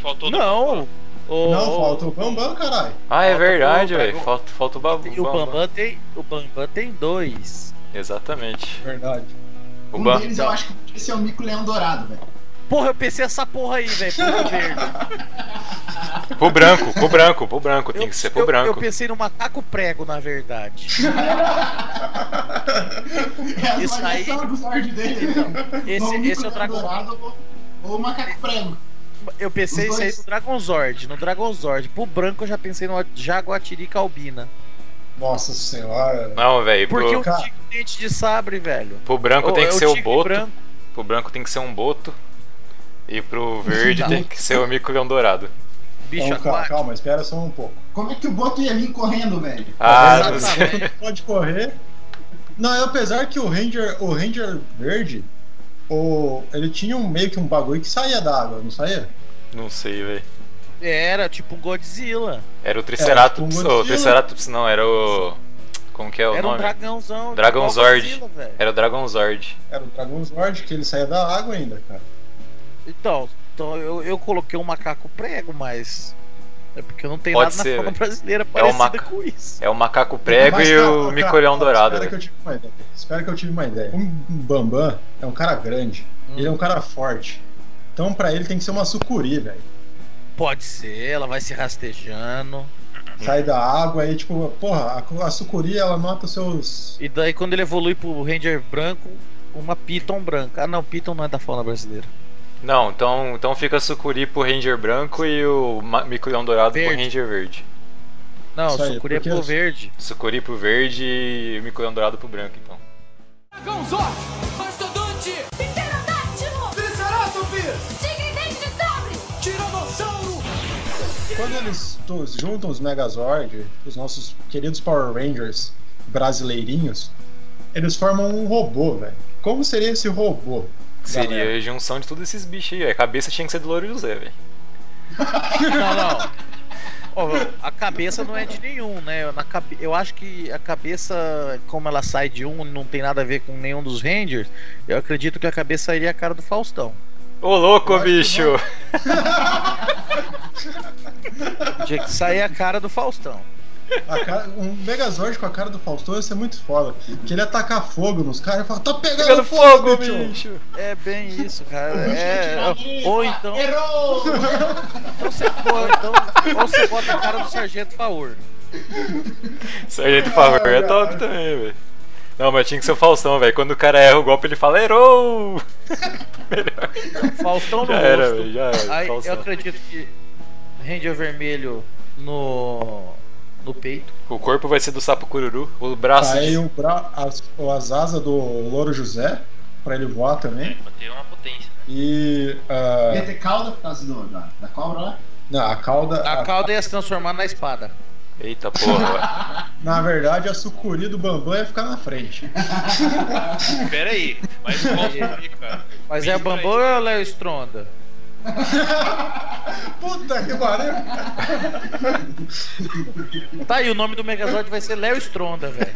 G: Faltou do-
F: Não! O,
B: não,
F: o-
B: falta o Bambam, caralho.
C: Ah, é
F: Falta o
C: verdade,
F: Bambam.
C: velho. Falta, falta o Babu.
F: E o Bambam tem, o Bambam tem dois.
C: Exatamente.
B: Verdade.
C: O
H: Um
C: Bam-
H: deles eu acho que esse é o Mico Leão Dourado, velho.
F: Porra, eu pensei essa porra aí, velho. Porra verde.
C: Pro branco, pro branco, pro branco, tem
F: Eu-
C: que ser pro
F: eu-
C: branco.
F: Eu pensei no macaco prego, na verdade.
H: É
F: Isso
H: a
F: aí-
H: variação do sorte dele. então. Ou
F: Esse,
H: Mico
F: esse é
H: Leão
F: o Dragon.
H: Dourado ou- Ou o Macaco Prego.
F: Eu pensei
H: Os
F: isso aí
H: dois.
F: no Dragonzord. No Dragonzord. Pro branco eu já pensei no Jaguatirica Albina.
B: Nossa senhora.
C: Não, velho,
F: Porque
C: pro,
F: o
B: Cara.
F: tigre dente de sabre, velho.
C: pro Tipo, branco
F: Ô,
C: tem
F: é
C: que ser o
F: tigre
C: boto,
F: branco.
C: pro branco tem que ser um boto, e pro verde
H: Não. É
C: tem que ser o mico leão dourado.
H: um
F: bicho
B: Então, calma,
F: aquático.
B: calma, espera só um pouco.
H: Como é que o Boto ia vir correndo, velho?
C: Ah, não sei.
F: Exatamente.
B: Pode correr. Não, é apesar que o Ranger, o Ranger verde, o, ele tinha um, meio que um bagulho que saía da água, não saía?
C: Não sei, velho.
F: Era tipo Godzilla.
C: Era o
B: Era,
C: Triceratops.
B: tipo um
C: ô, o
B: Godzilla.
C: Triceratops não, era o. Como que é o
F: Era um
C: nome?
F: dragãozão.
C: Dragonzord.
F: igual Godzilla, velho.
C: Era o Dragonzord.
B: Era o Dragonzord, que ele saía da água ainda, cara.
F: Então, então eu, eu coloquei um macaco prego, mas. É porque eu não tenho
C: Pode
F: nada
C: ser, velho.
F: na
C: É
F: forma brasileira parecida
C: maca-
F: com isso.
C: É o macaco prego
B: Mas
C: e
B: calma,
C: o
B: calma,
C: micolhão
B: calma,
C: dourado. né?
B: Espera que eu
C: velho.
B: tive uma ideia. Espera que eu tive uma ideia. Um Bambam é um cara grande,
F: Hum.
B: ele é um cara forte. Então pra ele tem que ser uma sucuri, velho.
F: Pode ser, ela vai se rastejando.
B: Sai da água aí, tipo, porra, a, a sucuri ela mata os seus.
F: E daí quando ele evolui pro Ranger branco, uma Piton branca. Ah não, Piton não é da fauna brasileira.
C: Não, então, então fica sucuri pro Ranger branco e o ma- micolhão dourado pro
F: Verde.
C: Ranger verde.
F: Não,
B: Isso aí,
F: sucuri é
B: porque
F: pro
B: as-
F: verde.
C: Sucuri pro verde e o micolhão dourado pro branco, então.
D: Dragãozord, Mastodonte,
E: Pterodátilo!
D: Triceratops,
E: Tigre dente de sabre!
D: Tiranossauro,
B: Quando eles to- juntam os Megazord, os nossos queridos Power Rangers brasileirinhos, eles formam um robô, velho. Como seria esse robô?
C: Seria
B: galera?
C: a junção de todos esses bichos aí, velho. A cabeça tinha que ser do Louro José, velho.
F: Ah, Não, não. Ó, a cabeça não é de nenhum, né? Eu, na cabe- eu acho que a cabeça, como ela sai de um, não tem nada a ver com nenhum dos Rangers. Eu acredito que a cabeça seria a cara do Faustão.
C: Ô louco, bicho!
F: Tinha que sair a cara do Faustão.
B: A cara- um Megazord com a cara do Faustão ia ser muito foda. Que ele ia atacar fogo nos caras e falar: tá pegando,
C: Pegando fogo,
B: bicho!
C: bicho!
F: É bem isso, cara. É, ou então,
H: Errou!
B: Tá
F: ou você, ou então, ou você bota a cara do Sargento Faur.
C: Sargento Favor é top também, velho. Não, mas tinha que ser o Faustão, velho. Quando o cara erra o golpe, ele fala, errou!
F: Faustão no
C: Já era,
F: rosto.
C: velho, já era.
F: Aí eu
C: Faustão.
F: acredito que Ranger vermelho no no peito.
C: O corpo vai ser do sapo cururu, o braço.
B: Aí o bra... as... as asas do Louro José, pra ele voar também.
G: Pra ter uma potência, né?
B: E ah,
H: Ia ter cauda por causa do, da, da cobra lá?
B: não, a cauda.
F: A
B: a-
F: cauda ia se transformar na espada.
C: Eita porra, velho.
B: Na verdade, a sucuri do Bambam ia ficar na frente.
G: Pera aí, mas volta aí, cara.
F: Mas é Bambu ou é Léo Stronda?
B: Puta que pariu!
F: Tá aí, o nome do Megazord vai ser Léo Stronda, velho.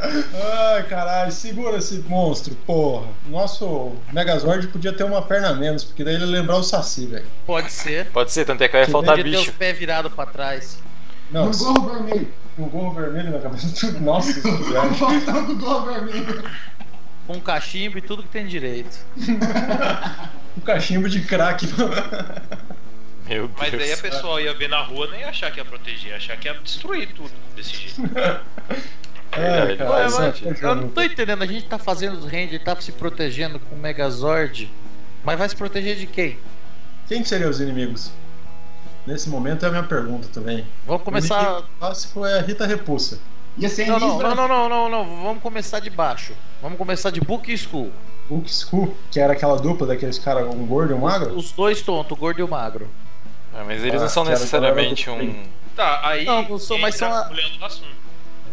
B: Ai, caralho, segura esse monstro, porra. Nosso Megazord podia ter uma perna a menos, porque daí ele ia lembrar o Saci, velho.
F: Pode ser.
C: Pode ser, tanto é que vai faltar
F: Podia ter os
C: bicho.
F: pés virados pra trás.
B: Não,
H: No
B: se-
H: gorro vermelho.
B: um gorro vermelho na cabeça. Nossa, isso é
H: O
B: verdade.
H: Faustão com o gorro vermelho.
F: Com um cachimbo e tudo que tem direito.
B: um cachimbo de crack.
C: Meu
G: Mas é
C: Deus.
G: daí a pessoa ia ver na rua nem ia achar que ia proteger, ia achar que ia destruir tudo desse jeito.
F: É
B: Ai,
C: Verdade.
B: caralho,
F: Ué, mas
B: isso é
F: eu não tô entendendo, a gente tá fazendo os Ranger, tá se protegendo com o Megazord, mas vai se proteger de quem?
B: Quem que seriam os inimigos? Nesse momento é a minha pergunta também.
F: Vamos começar.
B: O clássico é a Rita Repulsa.
H: Ia ser
F: Não, não,
H: Libra.
F: não, não, não, não, não, vamos começar de baixo. Vamos começar de Book School.
B: Hulk School, que era aquela dupla daqueles caras, um gordo e um magro.
F: Os dois tontos, o gordo e o magro.
C: Ah, mas eles não
B: Ah,
C: são
B: quero
C: necessariamente
B: falar do
C: um.
G: Tá, aí.
F: Não, não sou, mas
G: entra
F: são a-
G: o Leandro Hassum.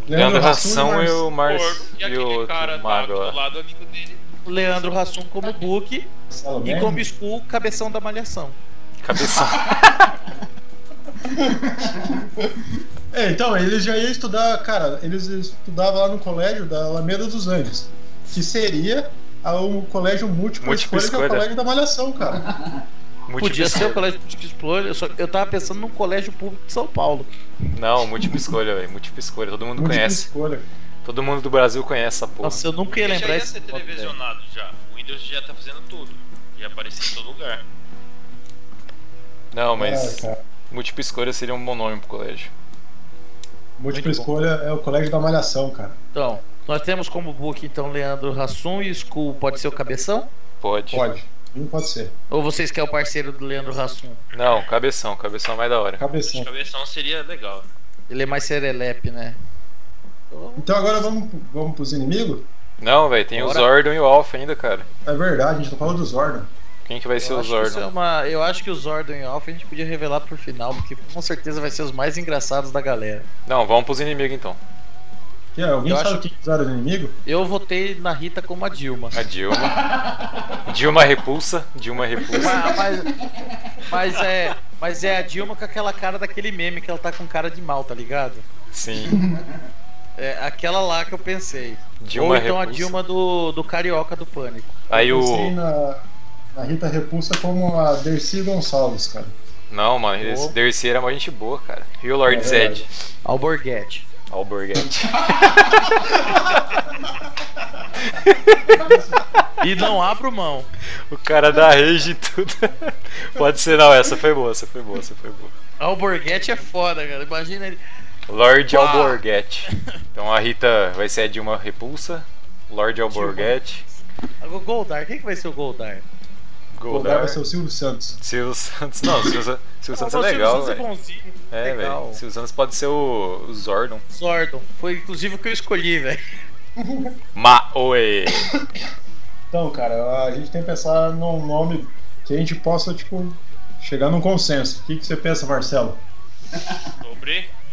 C: Leandro
B: Hassum
C: Ração e o Mars.
G: Gordo, E
C: E
G: aquele
C: o outro
G: cara tá
C: mago
G: do
C: lá.
G: lado amigo dele.
F: O Leandro Rassum como Book
B: Marcelo
F: e
B: Meme.
F: como School, cabeção da malhação.
C: Cabeção.
B: É, então, eles já iam estudar, cara, eles estudavam lá no colégio da Alameda dos Anjos, que seria a- um colégio múltiplo,
C: Múltipla
B: escolha, que é
C: escolha.
B: o colégio da Malhação, cara.
C: Múltipla
F: Podia ser
C: escolha.
F: o colégio de explore, eu, só, eu tava pensando num colégio público de São Paulo.
C: Não, múltipla escolha, velho. Múltipla escolha. Todo mundo
B: múltipla
C: conhece.
B: escolha.
C: Todo mundo do Brasil conhece essa porra.
F: Nossa, eu nunca ia
G: Ele já
F: lembrar
G: ia ser
F: esse né? nome, velho.
G: televisionado já. O Windows já tá fazendo tudo. Já aparecer em todo lugar.
C: Não, mas.
B: É, cara,
C: Múltipla escolha seria um bom nome pro colégio.
B: múltipla
F: Muito bom.
B: escolha é o colégio da Malhação, cara.
F: Então, nós temos como Book, então, Leandro Rassum e School pode ser o cabeção?
C: Pode.
B: Pode. Não pode ser.
F: Ou vocês querem o parceiro do Leandro Rassum?
C: Não, cabeção. Cabeção é mais da hora.
G: Acho
B: Cabeção.
G: que a versão seria legal.
F: Ele é mais serelepe, né?
B: Então agora vamos, vamos pros inimigos?
C: Não, velho. Tem o
F: Bora.
C: Zordon e o Alpha ainda, cara.
B: É verdade, a gente não falou tá dos Zordon.
C: Quem que vai ser
F: eu
C: o
F: acho que isso
C: Zordon?
F: é uma- eu acho que o Zordon e o Alpha a gente podia revelar pro final, porque com certeza vai ser os mais engraçados da galera.
C: Não, vamos pros inimigos então.
B: Que, é, alguém
F: Eu
B: sabe
F: acho-
B: quem que usaram o inimigo?
F: Eu votei na Rita como a Dilma.
C: A Dilma. É Dilma repulsa. Dilma repulsa.
F: Ma- Mas, mas é, mas é a Dilma com aquela cara daquele meme que ela tá com cara de mal, tá ligado?
C: Sim.
F: É aquela lá que eu pensei.
C: Dilma é
F: Ou então
C: repulsa.
F: a Dilma do, do Carioca do Pânico.
C: Aí
B: Eu pensei
C: o.
B: na, na Rita Repulsa como a Dercy Gonçalves, cara.
C: Não, mano, esse
F: Opa.
C: Dercy era uma gente boa, cara. E o Lord
B: É
C: Zed?
B: verdade.
F: Alborguete.
C: Alborguete.
F: E não abro mão.
C: O cara da rage e tudo. Pode ser, não, essa foi boa, essa foi boa, essa foi boa.
F: Alborguete é foda, cara. Imagina ele.
C: Lord
F: Pá.
C: Alborguete. Então a Rita vai ser a Dilma repulsa. Lord Alborguete.
F: O Goldar, quem que vai ser o Goldar?
B: O lugar
C: Goldar.
B: vai ser o Silvio Santos.
C: Silvio Santos. Não, Silvio, San- Silvio Santos é
F: Ah, o Silvio
C: legal,
F: Santos é
C: velho.
F: bonzinho.
C: É,
F: legal.
C: velho. Silvio Santos pode ser o o Zordon.
F: Zordon. Foi inclusive o que eu escolhi, velho.
C: Maoe.
B: Então, cara, a gente tem que pensar num nome que a gente possa, tipo, chegar num consenso. O que, que você pensa, Marcelo?
G: Sobre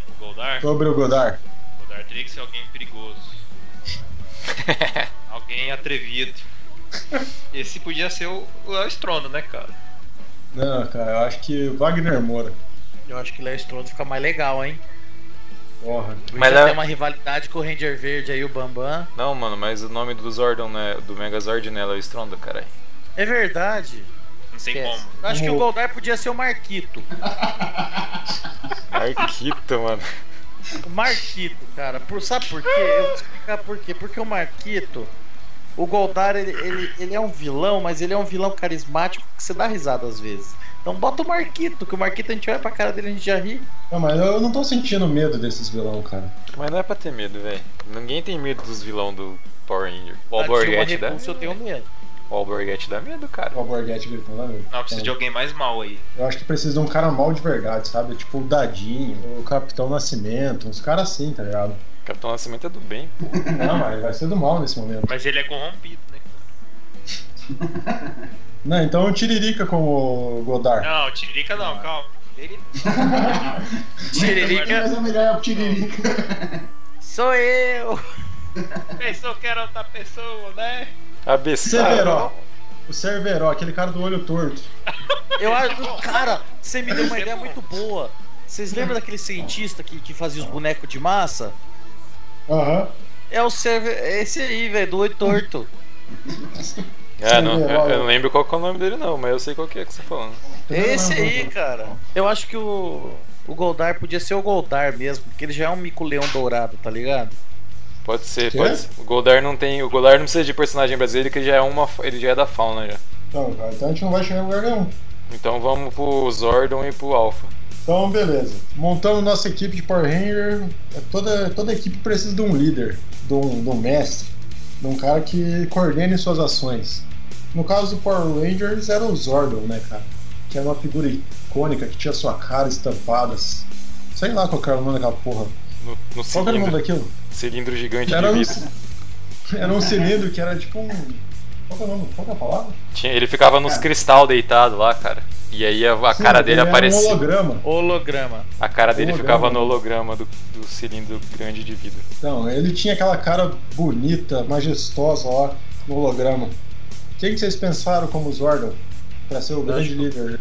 G: o Goldar.
B: Sobre o Godard?
G: Goldar teria que ser é alguém perigoso. alguém atrevido. Esse podia ser o, o Estrondo, né, cara?
B: Não, cara, eu acho que Wagner Moura.
F: Eu acho que Léo Strondo fica mais legal, hein?
B: Porra.
C: Mas
F: Podia
C: é-
F: ter uma rivalidade com o Ranger Verde aí, o Bambam.
C: Não, mano, mas o nome do Zordon, né? Do Megazord, né? Ela é o Stronda, caralho.
F: É verdade.
G: Não tem
F: Esquece.
G: como.
F: Eu Acho que o
B: Mo-
F: Goldar podia ser o Marquito.
C: Arquito, mano.
F: O Marquito, cara. Por, sabe por quê? Eu vou explicar por quê. Porque o Marquito, o Goldar, ele, ele, ele é um vilão, mas ele é um vilão carismático que você dá risada às vezes. Então bota o Marquito, que o Marquito a gente olha pra cara dele e a gente já ri.
B: Não, mas eu não tô sentindo medo desses vilão, cara.
C: Mas não é pra ter medo, velho. Ninguém tem medo dos vilão do Power Ranger. O
F: Tá, tira uma
C: Alborguete dá
F: repulsa,
C: medo.
F: eu tenho medo.
C: O Alborguete dá medo, cara.
B: O Alborguete gritando lá,
G: Não, precisa de alguém mais mal aí.
B: Eu acho que precisa de um cara mal de verdade, sabe? Tipo o Dadinho, o Capitão Nascimento, uns caras assim, tá ligado?
C: Capitão Nascimento é do bem.
B: Não, mas vai ser do mal nesse momento.
G: Mas ele é corrompido, né?
B: Não, então o Tiririca com o Godard.
G: Não, Tirica Tá. não, calma. Ele
F: Tiririca,
H: Mas é melhor é o Tiririca.
F: sou eu!
G: pensou que era outra pessoa, né?
C: ABC.
B: Severo. O Cerveró, aquele cara do olho torto.
F: Eu acho. Cara, você me deu uma ideia muito boa. Vocês lembram daquele cientista que, que fazia os bonecos de massa?
B: Aham.
F: É o server. É esse aí, velho, do oito torto.
C: Ah, não, eu,
B: Severo.
C: eu não lembro qual que é o nome dele, não, mas eu sei qual que é que você tá falando.
F: É esse aí, cara. Eu acho que o. O Goldar podia ser o Goldar mesmo, porque ele já é um mico-leão dourado, tá ligado?
C: Pode ser,
B: Quê?
C: pode ser. O Goldar não tem. O Goldar não precisa de personagem brasileiro, que ele já é uma. fa- Ele já é da fauna já.
B: Então, cara, então a gente não vai chegar em lugar nenhum.
C: Então vamos pro Zordon e pro Alpha.
B: Então, beleza. Montando nossa equipe de Power Ranger, É toda, toda equipe precisa de um líder, de um, de um mestre, de um cara que coordene suas ações. No caso do Power Rangers era o Zordon, né, cara? Que era uma figura icônica que tinha sua cara estampada. Sei lá qual que era o nome daquela porra.
C: No, no
B: Qual que era o nome
C: cilindro.
B: daquilo?
C: Cilindro gigante
B: Era um,
C: de vidro.
B: era um cilindro que era tipo um. Qual que é o nome? Qual que é a palavra?
C: Tinha- ele ficava nos
B: Cara.
C: cristal deitado lá, cara. E aí a, a cara dele
B: Ele Era um
C: aparecia.
B: holograma.
F: Holograma.
C: A cara dele
B: holograma. né?
C: ficava no holograma do, do cilindro grande de vidro.
B: Então, ele tinha aquela cara bonita, majestosa lá no holograma. Quem que vocês pensaram como Zordon pra ser o grande
F: acho-
B: líder?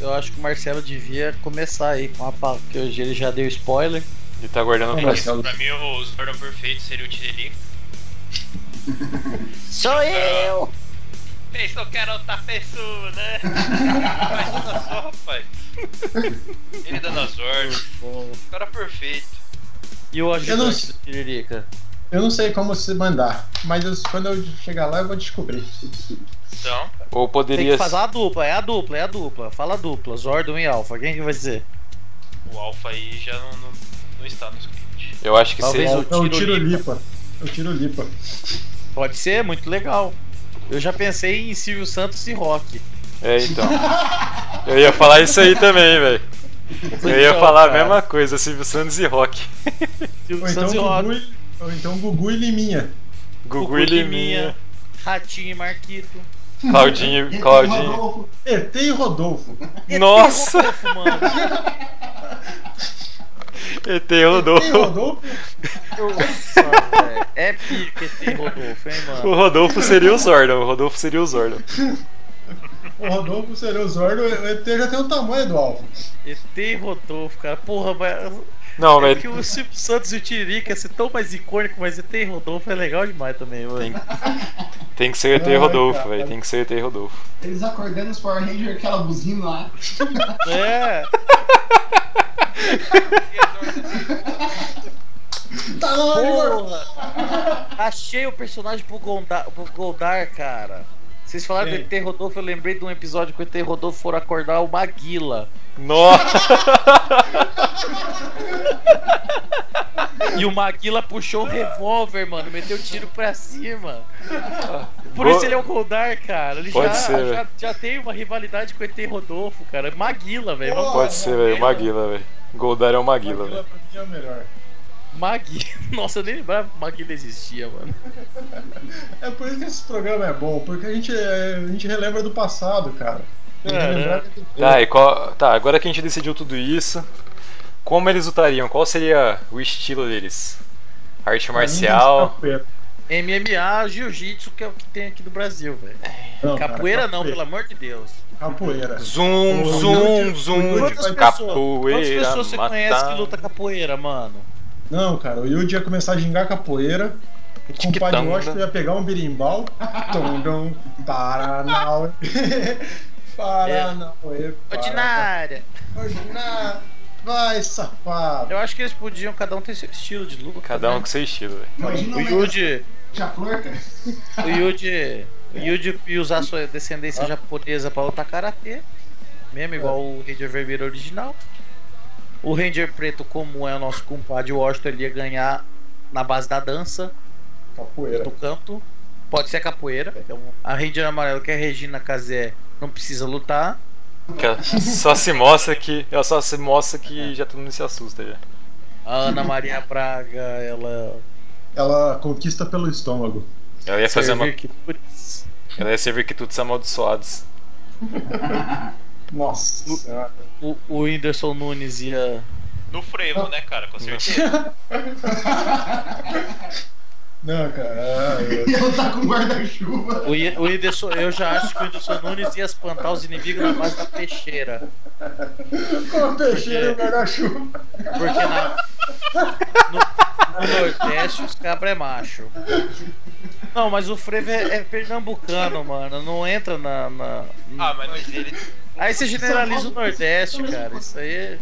F: Eu acho que o Marcelo devia começar aí com a palavra, porque hoje ele já deu spoiler.
C: Ele tá guardando
B: Não,
C: pra
B: mas-
G: Pra mim, é o Zordon perfeito seria o Tiririca.
F: Sou eu!
G: Pensou que era outra pessoa, né? Imagina só, rapaz. Ele dando as ordens. O cara é perfeito.
F: E o ajudante
B: não-
F: do Tiririca?
B: Eu não sei como se mandar, mas eu- quando eu chegar lá eu vou descobrir.
G: Então,
C: Ou
F: Tem
C: poderia.
F: que fazer a dupla, é a dupla, é a dupla. Fala a dupla, Zordon e Alpha. Quem que vai ser?
G: o Alpha aí já não, não, não está no script.
C: Eu acho que
F: Talvez
C: seja.
F: o-
B: É o Tiro
F: Tirolipa.
B: Lipa. É o Tiro Lipa.
F: Pode ser, muito legal. Eu já pensei em Silvio Santos e Rock.
C: É, então. Eu ia falar isso aí também, velho. Eu ia
F: Então,
C: falar a
F: cara,
C: mesma coisa, Silvio Santos e Rock.
F: Silvio
B: Ou então,
F: Santos e
B: Gugu,
F: Rock.
B: e- ou então Gugu e Liminha.
C: Gugu e Liminha.
F: Ratinho e Marquito.
C: Claudinho, Claudinho.
H: Rodolfo.
B: ET e Rodolfo.
C: Nossa!
F: mano.
C: ET
B: ET e
C: Rodolfo.
B: Rodolfo?
F: Nossa, velho. É pica esse Rodolfo, hein,
C: O
F: mano.
C: Rodolfo seria o Zordon. O Rodolfo seria o Zordon.
B: O Rodolfo seria o Zordo, o ET já tem o tamanho do alvo.
F: ET Rodolfo, cara. Porra, mas.
C: Não,
F: É
C: mas
F: que o Silvio Santos e o Tirica ser tão mais icônico, mas ET Rodolfo é legal demais também,
C: Tem.
F: mano.
C: tem que ser ET
B: Ai,
C: Rodolfo,
B: cara.
C: velho. Tem que ser ET Rodolfo.
H: Eles acordando os Power Rangers, aquela buzina lá.
F: É.
B: Tá na hora de guardar.
F: Porra! Achei o personagem pro Goldar, pro Goldar, cara. Vocês falaram
C: É.
B: Quem?
F: do ET Rodolfo, eu lembrei de um episódio que o ET Rodolfo foram acordar o Maguila.
C: Nossa!
F: E o Maguila puxou o revólver, mano, meteu o tiro pra cima. Por
C: Bo-
F: isso ele é o Goldar, cara. Ele
C: Pode
F: já,
C: ser,
F: já,
C: velho.
F: já tem uma rivalidade com o ET Rodolfo, cara. Maguila, velho.
B: Porra.
C: Pode ser, velho. Maguila, velho. Goldar é o Maguila,
B: Aquilo
C: velho.
B: pra mim é o melhor.
F: Maguila. Nossa, eu nem lembrava que o Maguila existia, mano.
B: É por isso que esse programa é bom, porque a gente, é, a gente relembra do passado, cara. Tem que
F: É,
B: lembrar
F: né?
B: que
C: Tá, e qual... tá, agora que a gente decidiu tudo isso, como eles lutariam? Qual seria o estilo deles? Arte
B: pra mim tem que ser
F: então.
C: marcial?
B: capoeira.
F: MMA, Jiu-Jitsu, que é o que tem aqui do Brasil, velho.
B: Não, cara,
F: Capoeira não, pelo amor de Deus.
B: Capoeira.
C: Zoom,
B: O
C: zoom,
B: Yuri- o
C: zoom.
B: Yuri-
F: Quantas pessoas, quantas
C: Capoeira.
F: pessoas você conhece que
C: matar.
F: luta capoeira, mano?
B: Não, cara, o Yuji ia começar a gingar capoeira. O compadre
C: Tic-tanga.
B: Washington ia pegar um birimbau. Tondão, Paranauê. Paranauê. Paraná-
F: Ordinária.
B: Ordinária. Vai, safado.
F: Eu acho que eles podiam, cada um ter seu estilo de luta.
C: Cada um
F: né?
C: com seu estilo, velho.
H: Imagina
F: O
H: uma
F: Yuji,
H: Tia Flor, cara.
F: o Yuji, o Yuji ia usar sua descendência japonesa pra lutar karatê, mesmo igual o Ranger Vermelho original. O Ranger Preto, como é o nosso compadre Washington, ele ia ganhar na base da dança,
B: Capoeira.
F: do canto. Pode ser a capoeira. Então, A Ranger Amarelo, que é a Regina Casé, não precisa lutar.
C: Que ela só se mostra que. Ela só se mostra
F: É.
C: que já todo mundo se assusta já.
F: A Ana Maria Braga, ela.
B: Ela conquista pelo estômago.
C: Ela ia fazer uma.
F: servir que- putz.
C: Ela ia servir que todos amaldiçoados.
B: Nossa senhora.
F: O, o Whindersson Nunes ia.
G: No frevo, né, cara? Com certeza.
B: Não, cara. é-
H: E ela tá com guarda-chuva.
F: O, Whi- o Whindersson, eu já acho que o Whindersson Nunes ia espantar os inimigos na base da peixeira.
B: Com a peixeira e o
F: Porque-
B: guarda-chuva.
F: Porque na, no, no Nordeste os cabra é macho. Não, mas o frevo é, é pernambucano, mano. Não entra na. na-
G: Ah, mas mas ele.
F: Aí você generaliza o Nordeste, cara. Isso aí. é-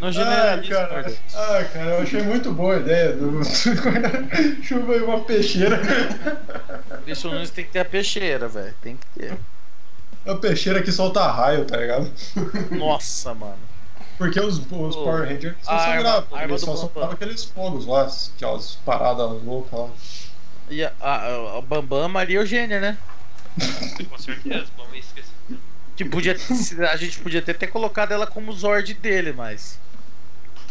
F: Não generaliza
B: Ai,
F: o
B: cara.
F: Nordeste.
B: Ah, cara, eu achei muito boa a ideia do do guarda-chuva e uma peixeira.
F: Whindersson Nunes tem que ter a peixeira, velho. Tem que ter.
B: É Uma peixeira que solta raio, tá ligado?
F: Nossa, mano.
B: Porque os, os
F: Pô,
B: Power Rangers
F: a
B: são sem
F: arma-
B: graça,
F: a arma
B: eles
F: do
B: só
F: Bambam.
B: soltavam aqueles fogos lá, aquelas paradas loucas lá.
F: E a, a, a Bambam Maria Eugênia, né?
G: Com certeza, vamos esquecer.
F: Que podia, a gente podia ter, ter colocado ela como Zord dele, mas.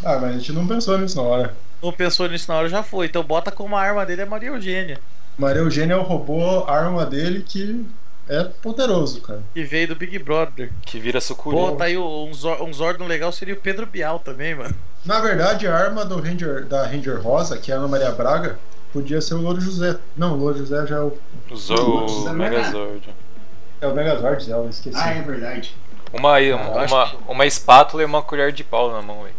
B: Ah, mas a gente não pensou nisso na hora.
F: Não pensou nisso na hora, já foi. Então bota como a arma dele é Maria Eugênia.
B: Maria Eugênia é o robô, a arma dele que é poderoso, cara.
F: Que veio do Big Brother.
C: Que vira sucuri.
F: Pô, tá aí o- um, Zor, um Zordon legal seria o Pedro Bial também, mano.
B: Na verdade, a arma do Ranger, da Ranger Rosa, que é a Ana Maria Braga, podia ser o Louro José. Não, o Louro José já é o,
C: O Zor- o
H: Nossa,
C: Megazord.
B: é o Megazord, já, eu esqueci.
H: Ah, é verdade.
C: Uma,
F: Ah, acho
C: uma, uma espátula e uma colher de pau na mão, velho.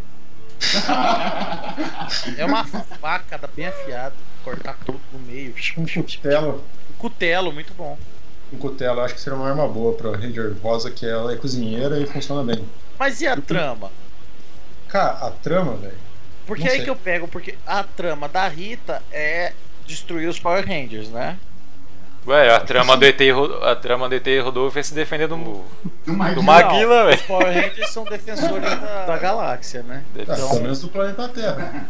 F: É uma faca da- bem afiada. Cortar tudo no meio.
B: Um cutelo.
F: Cutelo, muito bom.
B: Um cutelo, acho que seria uma arma boa pra Ranger Rosa, que ela é cozinheira e funciona bem.
F: Mas e a trama?
B: Cara, a trama, velho.
F: Porque
B: Não
F: aí
B: sei.
F: que eu pego, porque a trama da Rita é destruir os Power Rangers, né?
C: Ué, a trama do ET, Ro- a trama do ET Rodolfo é se defender do,
H: Do um. Mar...
C: do Maguila, velho.
F: Os Power Rangers são defensores da, da galáxia, né?
B: Ah,
C: Defesa.
B: pelo menos do planeta Terra.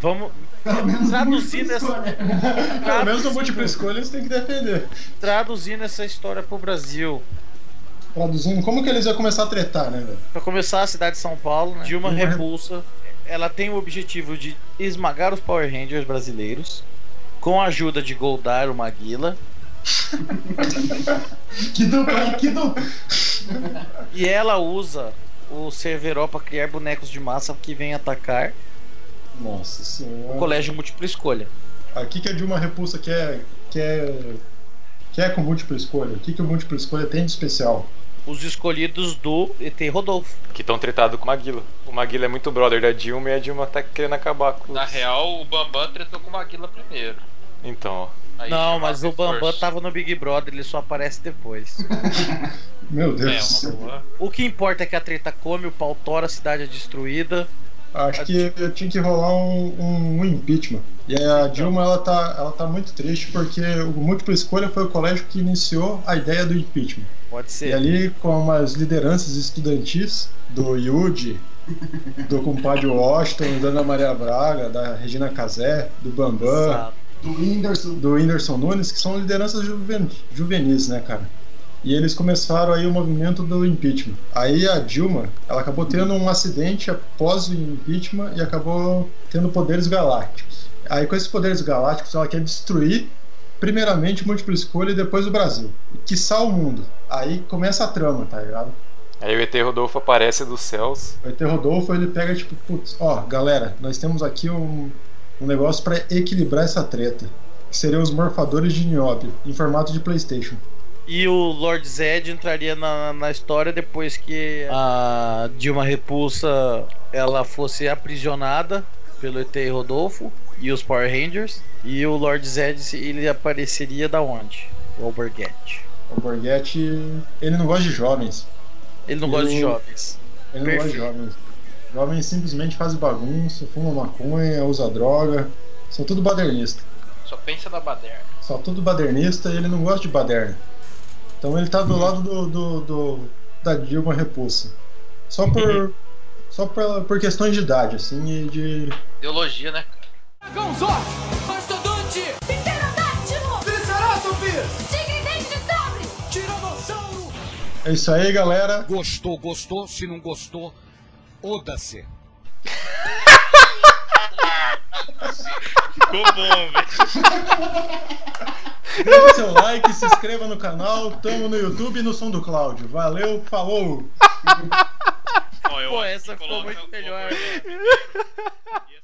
F: Vamos
H: Pelo menos
F: Traduzindo
H: isso,
F: essa-
H: né?
B: Pelo menos do
F: traduzindo-
B: múltipla escolha eles têm que defender.
F: traduzindo essa história pro Brasil.
B: Traduzindo, como que eles iam começar a tretar, né, velho?
F: Pra começar, a cidade de São Paulo, né? Dilma
B: Dilma
F: Repulsa, ela tem o objetivo de esmagar os Power Rangers brasileiros com a ajuda de Goldar, o Maguila,
H: Que dupla, hein? Que dupla.
F: E ela usa o Cerveró pra criar bonecos de massa que vêm atacar
B: Nossa
F: o
B: senhora.
F: colégio múltipla escolha.
B: Aqui que é, a Dilma Repulsa quer, quer, quer é com múltipla escolha. O que, que o múltipla escolha tem de especial?
F: Os escolhidos do ET Rodolfo.
C: Que estão tretados com o Maguila. O Maguila é muito brother da Dilma e a Dilma tá querendo acabar com
G: Na
C: os-
G: real, o Bambam tretou com o Maguila primeiro.
C: Então,
G: Aí
F: Não,
G: chamaram
F: mas o
G: reforço.
F: Bambam tava no Big Brother, ele só aparece depois.
B: Meu Deus
G: É,
B: do
G: uma
B: céu.
G: boa.
F: O que importa é que a treta come, o pau tora, a cidade é destruída.
B: Acho que eu tinha que rolar um, um- um impeachment. E a Dilma, ela tá, ela tá muito triste porque o múltipla escolha foi o colégio que iniciou a ideia do impeachment.
F: Pode
B: E
F: ser.
B: ali, com as lideranças estudantis do Yudi, do compadre Washington, da Ana Maria Braga, da Regina Casé, do Bambam,
F: Exato.
H: Do Whindersson.
B: do Whindersson Nunes, que são lideranças juven- juvenis, né, cara? E eles começaram aí o movimento do impeachment. Aí a Dilma, ela acabou tendo um acidente após o impeachment e acabou tendo poderes galácticos. Aí com esses poderes galácticos, ela quer destruir primeiramente o múltipla escolha e depois o Brasil. E quiçá o mundo. Aí começa a trama, tá ligado?
C: aí o ET Rodolfo aparece dos céus.
B: O ET Rodolfo, ele pega tipo, putz, ó, galera, nós temos aqui um, um negócio pra equilibrar essa treta. Que seriam os morfadores de nióbio, em formato de Playstation.
F: E o Lord Zed entraria na, na história depois que a Dilma Repulsa ela fosse aprisionada pelo ET Rodolfo e os Power Rangers. E o Lord Zed se- ele apareceria da onde? O Alborguete.
B: O Borghetti, ele não gosta de jovens.
F: Ele não gosta de
B: Eu-
F: jovens.
B: Ele não gosta de
F: Perfeito.
B: jovens. Jovens simplesmente fazem bagunça, fuma maconha, usa droga. São tudo badernista.
G: Só pensa na baderna.
B: Só tudo badernista e ele não gosta de baderna. Então ele tá do lado do, do- do- da Dilma Repulsa. Só por. Só pra- por questões de idade, assim, e de
G: Ideologia, né?
D: Dragão Zord, Mastodonte,
E: Pterodátilo!
D: Triceratops,
E: Tigre-dente de sabre!
D: Tiranossauro,
B: É isso aí, galera.
I: Gostou, gostou. Se não gostou, oda-se.
G: Ficou bom, velho.
B: Deixe seu like, se inscreva no canal. Tamo no YouTube e no Som do Cláudio. Valeu, falou!
G: Bom, eu
F: Pô,
G: acho que
F: essa ficou
G: coloca
F: muito
G: o
F: melhor.
G: Bambam, né? E